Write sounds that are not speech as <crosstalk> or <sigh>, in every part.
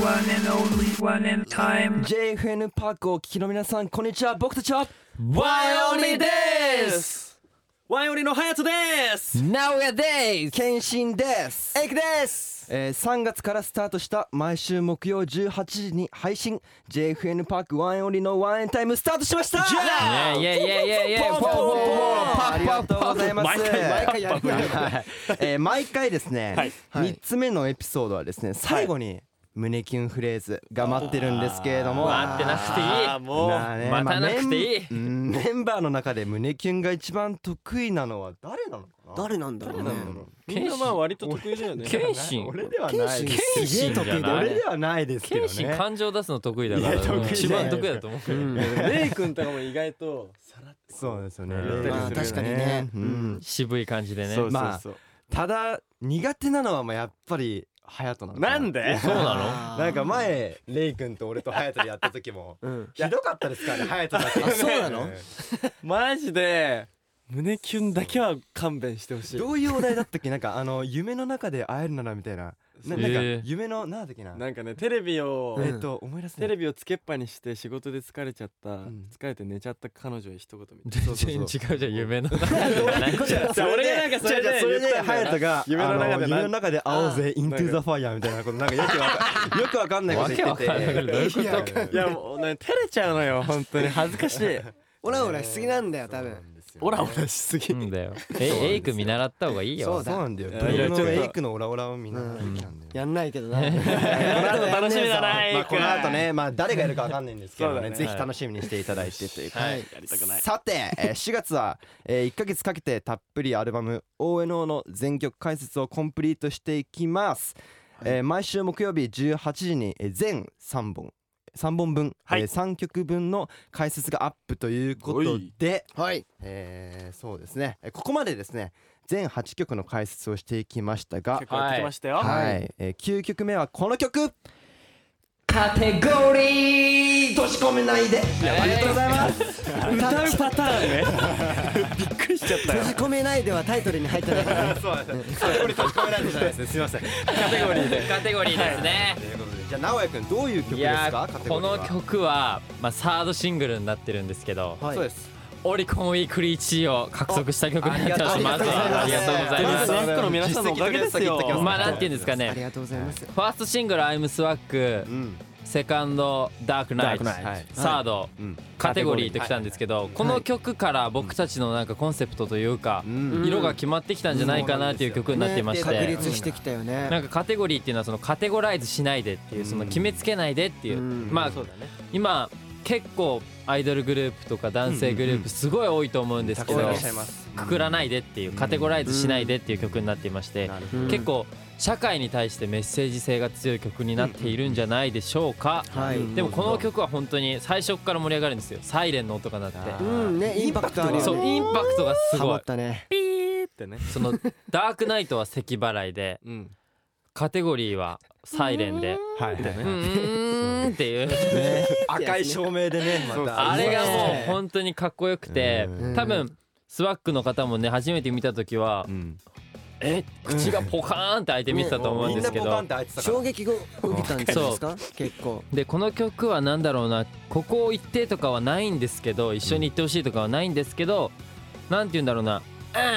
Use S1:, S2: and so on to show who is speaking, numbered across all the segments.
S1: One and only one and time.
S2: JFN パークをお聞きの皆さんこんにちは僕たちは
S3: ワイオリですワイオリのハヤトです
S4: 名古屋です
S2: 謙信です、
S4: エイクです
S2: えー、3月からスタートした毎週木曜18時に配信 JFN パークワンエンオンリーのワンエンタイムスタートしました
S4: いやいやいやいやポンポンポン
S2: ありがとうございます
S3: 毎回毎回やる
S2: はいえー毎回ですね、
S3: はい
S4: はい
S2: 3つ目のエピソードはですね最後に胸キュンフレーズが待ってるんですけれども
S4: 待ってなくていい
S3: あーもう
S2: なあね
S4: 待たなくていい
S2: まあメンうんメンバーの中で胸キュンが一番得意なのは誰なのかな
S4: 誰なんだろうね
S3: みんなまあ割と得意だよね
S4: 謙信
S2: 俺ではない
S4: 謙信
S2: すげえ得意だ
S4: じゃない
S2: 俺ではないですけど
S4: 謙信
S2: ね
S4: 感情出すの得意だから
S2: いや得意だよ
S4: 一番得意だと思うよ
S3: レイ君とかも意外と
S2: そうですよね
S3: うん
S2: まあ
S3: 確かに
S4: ね
S2: うん
S4: 渋い感じでね
S2: うまあただ苦手なのはまあやっぱり隼人なのか
S3: なんで
S4: そうなの
S2: あーなんか前レイ君と俺と隼人でやった時もひどかったですからね隼人だけ
S4: そうなの
S3: マジで胸キュンだけは勘弁してほしい
S2: どういうお題だったっけなんかあの夢の中で会えるならみたいなななんか
S4: えー
S2: 夢のなんだっけな
S3: なんかねテレビを
S2: えっと思い出せな
S3: テ
S2: い
S3: レビをつけっぱにして仕事で疲れちゃった
S2: ん
S3: 疲れて寝ちゃった彼女へ一言みたい
S2: そうそう
S4: 全然違うじゃん夢の中
S3: なそう俺がなんかそれ
S2: じゃあ
S3: で
S2: それで
S3: 言ったんだよ
S2: 隼
S3: な
S2: 人が
S3: 夢の中
S2: あ夢
S3: でな
S2: の中で会おうぜイントゥーザファイヤーみたいなことなんかよくわかよくわかんないこと言って
S4: わけわかんないどういう
S2: て
S4: こと
S2: いやわかんない
S3: いやもうね照れちゃうの <laughs> よ本当に恥ずかしい
S5: オラオラしすぎなんだよ多
S2: そう
S5: 分
S2: なんですよ
S3: オラオラしすぎ
S4: なんだよえエイク見習った方がいい
S5: そ
S4: よ
S5: うだ
S2: そうなんだよ
S3: いや
S2: ドリル
S3: ちょ
S2: の
S3: っと
S2: エイクのオラオラをみんな
S5: うん
S2: 聞いたんだよ
S5: やんないけど
S3: <laughs>
S5: な
S3: 楽しみだな
S2: ま
S3: エイ
S2: あ、こ
S3: 君
S2: の後ね、まあ、誰がやるかわかんないんですけど
S3: そう
S2: ね
S3: だね
S2: ぜひ楽しみにしていただいてというか、
S3: はいやりたくない
S2: さて、えー4月は、えー1ヶ月かけてたっぷりアルバム「ONO」の全曲解説をコンプリートしていきます、えー毎週木曜日18時に、えー全3本3本分、
S3: はい
S2: え3曲分の解説がアップということで、
S5: はい
S2: えーそうですねえーここまでですね全8曲の解説をしていきましたが
S3: 結、構やってきましたよ
S2: はいえー、9曲目はこの曲
S4: カテゴリー
S2: し込めないで
S4: ありがとうございます
S3: 歌うパターンねびっくりしちゃったよ
S5: 閉じ込めないではタイトルに入ってないから
S2: <laughs>
S5: ね
S2: そうなんです。そうこれ閉じ込められてじゃないですね。すみません。という
S4: カテゴリーでカテゴリーですね
S2: ことで、じゃあ名古屋くんどういう曲で
S4: い
S2: す
S4: や
S2: か？カテゴ
S4: こ
S2: リーは
S4: の。曲はまあサードシングルになってるんですけど
S2: そうです。
S4: オリコンウィークリー1位を獲得した曲になってますまずはありがとうございます
S3: 本当にスナックの皆さんのおかげです
S2: 実績とりえ
S3: よ
S2: ず先言っとき
S4: まあなんていうんですか
S5: あり
S4: ね
S5: がとうございます
S4: ファーストシングル「I'm Swag
S2: うん。」
S4: セカンド「Dark Knight
S2: はい」
S4: サード
S2: うん。
S4: 「カテゴリー」と来たんですけどこの曲から僕たちのなんかコンセプトというか
S2: うん
S4: 色が決まってきたんじゃないかなっていう曲になっていまし
S5: ね確
S4: て
S5: 立してきたよ
S4: な
S5: ね
S4: んかカテゴリーっていうのはそのカテゴライズしないでっていうその決めつけないでっていう
S5: うん
S4: まあ今結構アイドルグループとか男性グループすごい多いと思うんです
S2: た
S4: け
S2: く
S4: ど
S2: さんいらっしゃいます。
S4: くくらないでっていうカテゴライズしないでっていう曲になっていまして
S2: なる
S5: うん
S4: 結構社会に対してメッセージ性が強い曲になっているんじゃないでしょうか
S5: はい
S4: でもこの曲は本当に最初から盛り上がるんですよサイレンの音が鳴って
S5: うんねインパクトある
S4: そ
S5: よ
S4: う
S5: ね
S4: インパクトがす
S5: ハ
S4: ごい
S5: マったね
S3: ピーってね
S4: そのダークナイトは咳払いで
S3: うん
S4: カテゴリーはサイレンで
S2: はい。
S4: うーん <laughs> っていう
S2: 赤い照明でね、また。
S4: あれがも
S5: ね
S4: う本当にかっこよくて
S2: うん
S4: 多分スワックの方もね初めて見た時は
S2: うん。
S4: え口がポカーンって開いて見てたと思うんですけ
S2: みんなポカン
S4: ど
S2: って開いてたから
S5: 衝。撃を受けたんじゃないですか結構
S4: でこの曲は何だろうなここ行ってとかはないんですけど一緒に行ってほしいとかはないんですけどなんて言うんだろうな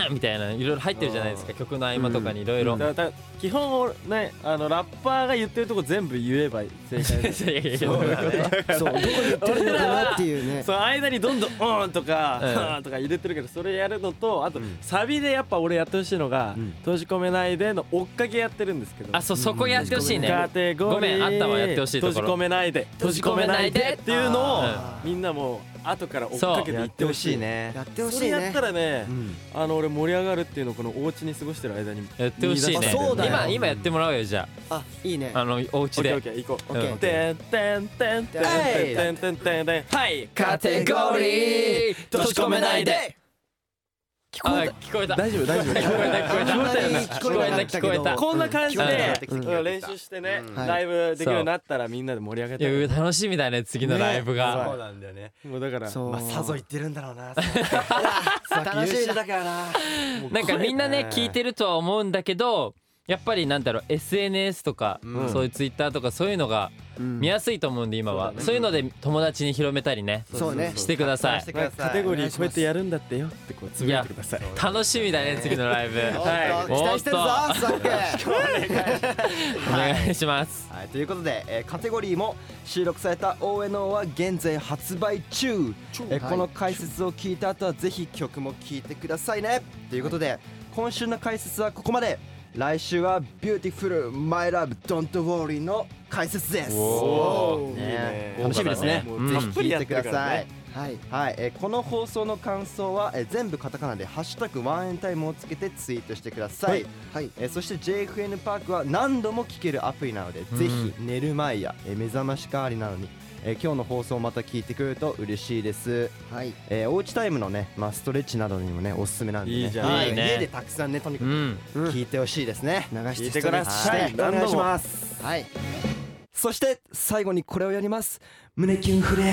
S4: うんみたいないろいろ入ってるじゃないですか曲の合間とかにいろい <laughs> ろ。い
S3: だから基本俺ねあのラッパーが言ってるとこ全部言えば正
S4: <laughs>
S3: 解です
S4: やいやいや
S5: そうどこ言ってるのかなっていうね
S3: その間に
S4: <laughs>
S3: どんどん「うん」とか「
S4: うん
S3: はーとか入れてるけどそれやるのとあと
S2: うん
S3: サビでやっぱ俺やってほしいのが
S2: うん
S3: 「閉じ込めないで」の追っかけやってるんですけど
S4: あそうそこやってほしいね
S3: カテゴリー
S4: ごめんあったわやってほしいところ
S3: 閉じ込めないで閉
S4: じ込めないで
S3: っていうのを
S4: あ
S3: みんなもう後から追っかけて
S2: や
S3: い
S2: っ
S3: ってて
S2: ほ
S3: ほ
S2: し
S3: し
S2: い
S3: いね
S2: ね。
S5: やってほ
S3: そ
S5: し
S3: れ
S5: い
S3: やっ
S5: ね
S3: たらね
S2: うん。
S3: あの俺盛り上がるっていうのをこのお家に過ごしてる間に
S4: やってほしい
S3: 見
S4: ね
S3: 出たん
S5: そうだよ
S4: 今今やってもらおうよじゃ
S5: あいいね
S4: ああのお
S3: オ
S4: 家
S3: ッケー
S4: で
S3: オッケー行こう
S5: オッケーオッケ
S3: てんてんてんてんてんてんてんてんはい
S4: カテゴリー閉じ込めないで聞こえた聞こえた
S3: 大丈夫大丈夫
S4: 聞こえた聞こえた
S5: あんまり
S4: 聞こえた聞こえた
S3: こんな感じで
S2: うん
S3: うん練習してね
S2: うん
S3: ライブできるようになったらみんなで盛り上げ
S4: いや
S3: て
S4: 楽しみだね次のライブ
S2: そ
S4: が
S2: うなんだよね。
S3: もうだから
S5: そう
S2: まあ、さぞ言ってるんだろうな。
S5: 楽しみだ
S2: からな。
S4: なんかみんなね聞いてるとは思うんだけどやっぱりなんだろう SNS とか、
S2: うん
S4: そういう Twitter とかそういうのが
S5: うん
S4: 見やすいと思うんで今は、
S3: そうだね
S4: そういうので友達に広めたりね
S5: そうね
S4: してください
S2: してく
S3: まあ
S2: ださい
S3: カテゴリ
S5: お願い
S3: ー
S5: し
S3: こう
S5: ます
S3: やってやるんだってよってこうつぶやいてください
S4: 楽しみだね次のライブ
S3: はい
S5: 期待してるぞ
S4: おっ
S5: サッケ
S4: お願いします
S2: はい、ということで、えーカテゴリーも収録された ONO は現在発売中、えー
S5: はい
S2: この解説を聞いた後はぜひ曲も聴いてくださいねということで今週の解説はここまで来週は「Beautiful My Love Don't Worry」の解説です
S3: おーいい
S2: ね
S3: ね
S2: 楽しみですねも
S3: も
S2: う
S3: う
S2: ぜ
S3: た
S2: ひ
S3: っぷ
S2: 聴い
S3: りやってて
S2: く
S3: る
S2: だ
S3: から
S2: さい、
S3: ね
S5: はい
S2: はい、えーこの放送の感想は、えー全部カタカナで「ハッシュタグワンエンタイム」をつけてツイートしてください、
S5: はい
S2: えーそして JFN パークは何度も聴けるアプリなので、
S4: ん
S2: ぜひ寝る前や、えー目覚まし代わりなのに、えー今日の放送をまた聞いてくれると嬉しいです、
S5: はい
S2: えーおうちタイムのね、まあ、ストレッチなどにもねおすすめなんで、ね、
S3: いいじゃん
S2: はい
S4: いいね
S2: 家でたくさんねとにか
S4: う
S2: く
S4: ん
S2: 聞いてほしいですね、
S5: 流
S3: 聞い
S5: し
S3: て
S5: て
S3: ください
S2: お願いし
S3: す
S2: ます
S5: はい
S2: そして最後にこれをやります胸キュンフレ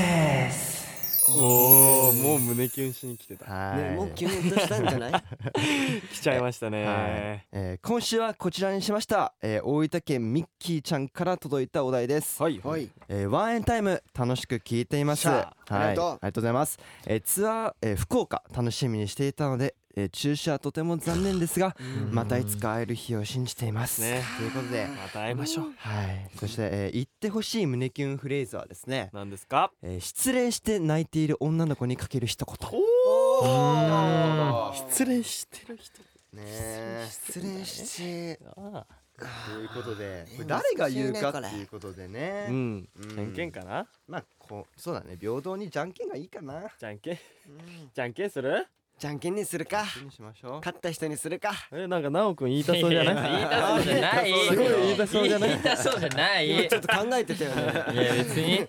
S2: ーズ
S3: おおもう胸キュンしに来てた
S2: は
S5: ねもうキュンとしたんじゃない <laughs>
S3: 来ちゃいました
S2: はい
S3: ね
S2: えー今週はこちらにしました、えー大分県ミッキーちゃんから届いたお題です、
S3: はい
S5: は
S3: はい
S5: い
S2: えーワンエンタイム楽しく聞いています
S5: しゃ
S2: はい
S5: ありがとう
S2: ありがとうございます、えーツアー、えー福岡楽しみにしていたので、えー中止はとても残念ですがまたいつか会える日を信じています、
S3: ね
S2: ということで
S3: また会いましょう
S2: はいそして、えー言ってほしい胸キュンフレーズはですね、
S3: 何ですか
S2: えー失恋して泣いている女の子にかける一言
S3: 失礼してる人
S2: ねえ失恋して
S3: あ
S2: ということで
S5: ー
S2: これ誰が言うかっていうことでね
S3: あうん
S2: うん
S3: 偏見かな
S2: まあこうそうだね平等にじゃんけんがいいかな
S3: じゃんけんじゃんけんする
S5: じゃんけんにするか
S2: にしましょ
S5: 勝った人にするか
S3: えなんかなおくん言いたそうじゃない
S4: 言いたそうじゃない
S3: すごい言いたそうじゃない
S4: 言いたそうじゃないい
S5: 今ちょっと考えてたよね
S4: や別に
S2: う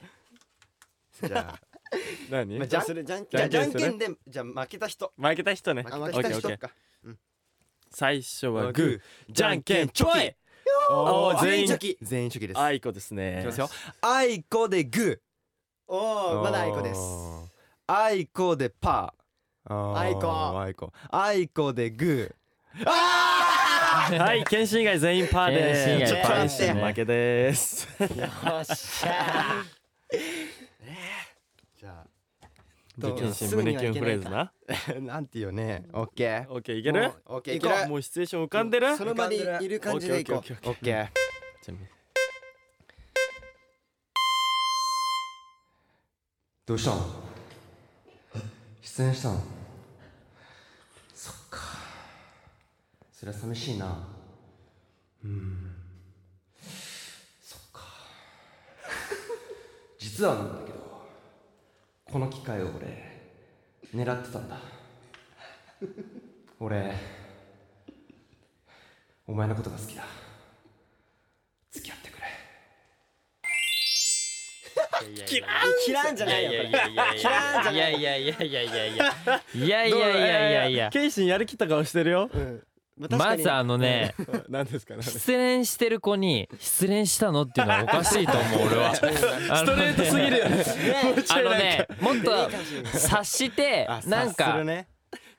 S2: じゃ <laughs> あ
S3: 何
S2: まあじゃん
S5: するじゃん
S2: じ
S5: け
S2: ゃ
S5: ん
S2: あじゃんけんでじゃあ負けた人
S3: 負けた人ね
S2: 負
S5: あ
S2: けた
S3: オッケーオ
S2: 人
S3: ッケー
S2: か
S3: 最初
S2: グ
S3: はグーじゃんけんチョイお
S2: あ
S3: ー全員
S2: チョキ全員初期です
S3: あいこですね
S2: いきますよあいこでグ
S5: お
S2: ー
S5: おまだあいこです
S2: あいこでパー
S5: あいこ
S2: あいこあいこでグ
S3: はい検診以外全員パーです
S4: 検
S2: 診以外パーですね
S3: ちょっと待って負けです
S5: よっしゃ
S2: ー <laughs> じゃ
S3: じゃあ検診
S5: すぐ
S3: 胸
S5: には
S3: キュンフレーズな
S2: あなんていうねオッケー
S3: オッケーいける
S2: オッケーい
S5: い
S2: け
S5: け
S2: る
S5: る
S3: もうシチュエーション浮かんでる
S5: その場にいる感じでいこう
S2: オッケーどうしたの失恋したのそっかそれは寂しいなうんそっか実はなんだけどこの機会を俺狙ってたんだ俺お前のことが好きだ付き合ってくれ
S5: 切らんじゃないよこれ
S4: いやいやいやいやいやいやいやいやいやいやいやいやいや
S3: ケイシンやるきった顔してるよ
S5: まあ確か
S4: ま
S5: に
S4: ずあのね
S3: 何ですかね
S4: 失恋してる子に失恋したのっていうのはおかしいと思う俺はストレートすぎるよ
S3: <laughs>
S4: ねあのねもっと察してなんか
S2: ね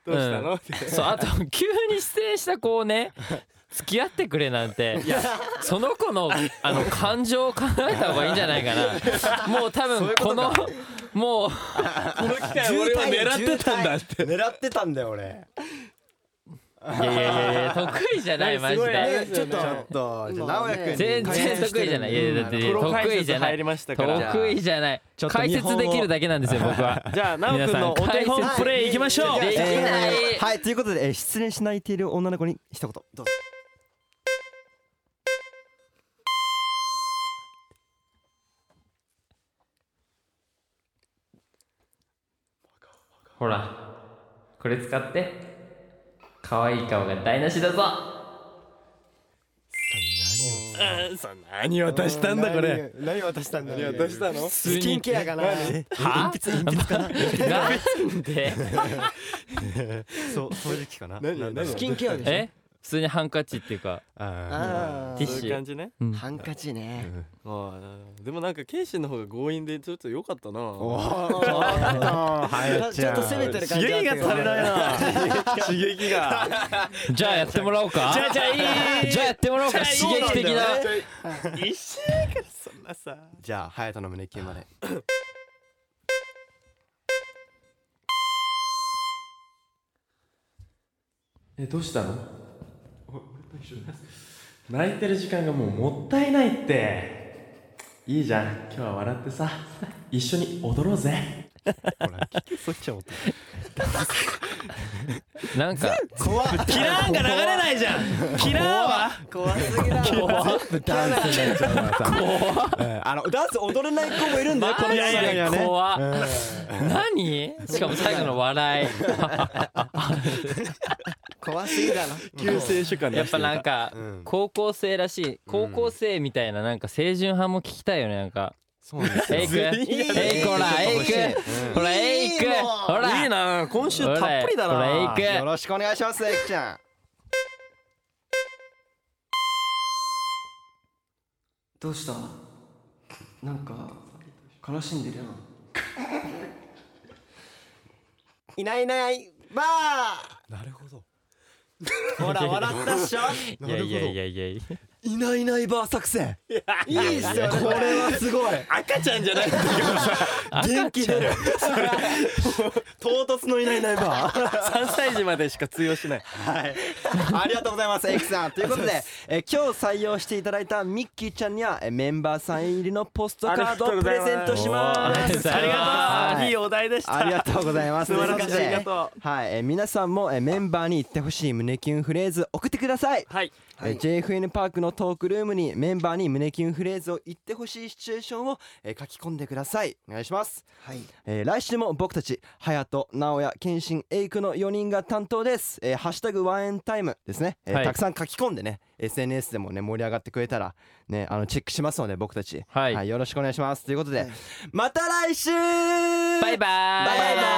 S3: どうしたのって
S4: そうあと急に失恋した子をね付き合ってくれなんてその子のあの感情を考えた方がいいんじゃないかなもう多分このもう
S3: この機会俺は狙ってたんだって
S2: 狙ってたんだよ俺
S4: いやいやいやいや得意じゃないマジで
S5: ねちょっと
S2: ちょっとじゃあ
S5: 今
S2: 直哉君
S4: 全然得意じゃないいやいやだって
S3: プロ解
S4: 得意じ
S3: 説
S4: ゃな
S3: 入
S4: い
S3: りましたから
S4: 得意じゃない
S2: ょっと
S4: 解
S2: 見本
S4: 説
S2: を
S4: できるだけなんですよ僕は
S3: じゃあなおくんのお手本プレイいきましょう
S4: できない
S2: えーはいということで、えー失恋しないている女の子に一言どうぞ
S4: ほらこれ使って可愛い顔が台無しだぞ
S3: さ何渡したんだこれ
S5: 何渡したんだ
S3: 何渡したの
S5: スキンケアかな
S4: は鉛筆鉛筆かななんで
S2: そうそういう時期かな
S3: 何何
S5: スキンケアでしょ
S4: え普通にハンカチっていうか、
S5: あー
S4: ティッシュ
S3: そういう感じね
S4: うん
S5: ハンカチね
S3: あーでもなんかケイシンの方が強引でちょっと良かったな
S2: お <laughs>
S5: ちょっとちょっと攻めてる感じあったけど
S3: な刺激が
S4: じゃあやってもらおうか。じゃあじゃあいい。じゃあやってもらおうか。刺激的な。
S3: 石井からそんなさ
S2: じゃあ隼人の胸キュンまで
S3: <laughs> えどうしたの泣いてる時間がもうもったいないっていいじゃん今日は笑ってさ一緒に踊ろうぜ
S4: なんか
S3: キラーンが流れないじゃんキラーンは
S5: 怖すぎ
S2: <laughs>
S5: だ
S2: アップダンスになっちゃう <laughs> からさあのダンス踊れない子もいるんだよこの
S4: いやいや
S2: ね
S4: 怖っ。何？しかも最後の笑
S5: 怖すぎだな
S3: 救世主感
S4: い。やっぱなんか
S2: うん
S4: 高校生らしい高校生みたいななんか青春派も聞きたいよねなんか。
S2: そうなんですよ
S4: エイク、エイクほらエイク、ほらエイク、ほら。
S3: いいな今週たっぷりだな
S4: ほらほらエイ
S2: よろしくお願いしますエイクちゃん
S6: どうしたなんか悲しん
S2: <laughs>
S6: でるやん
S5: いないいないば
S2: なるほど
S5: ーほら笑ったっしょ
S4: ク。いやいやいやいやいや。
S2: いないいないバー作戦
S5: いいっすよねこれは
S2: すごい
S3: 赤ちゃんじゃないんだけどさ元気出る
S2: 唐突のいないいないバー
S3: 3歳児までしか通用しない
S2: ありがとうございますエイクさんということ <laughs> でえー今日採用していただいたミッキーちゃんにはえーメンバーサイン入りのポストカードをプレゼントします
S4: ありがとうございます
S3: ありがと
S2: は
S3: う
S2: い
S3: いいお題でした
S2: ありがとうございます。
S3: 素晴らしい
S2: ということで
S3: ありがと
S2: はい、えー皆さんも、えーメンバーに言ってほしい胸キュンフレーズ送ってください。
S3: はい
S2: えー JFN パークのトークルームにメンバーに胸キュンフレーズを言ってほしいシチュエーションを、えー書き込んでください。お願いします。
S5: はい
S2: えー来週も僕たち隼人直哉謙信エイクの4人が担当です、えーハッシュタグワンエンタイムですね、えー
S4: はい
S2: たくさん書き込んでね SNS でもね盛り上がってくれたらねあのチェックしますので僕たち、
S4: はい
S2: よろしくお願いしますということで、
S5: はい
S2: また来週
S4: バイバイ。
S2: バイバイ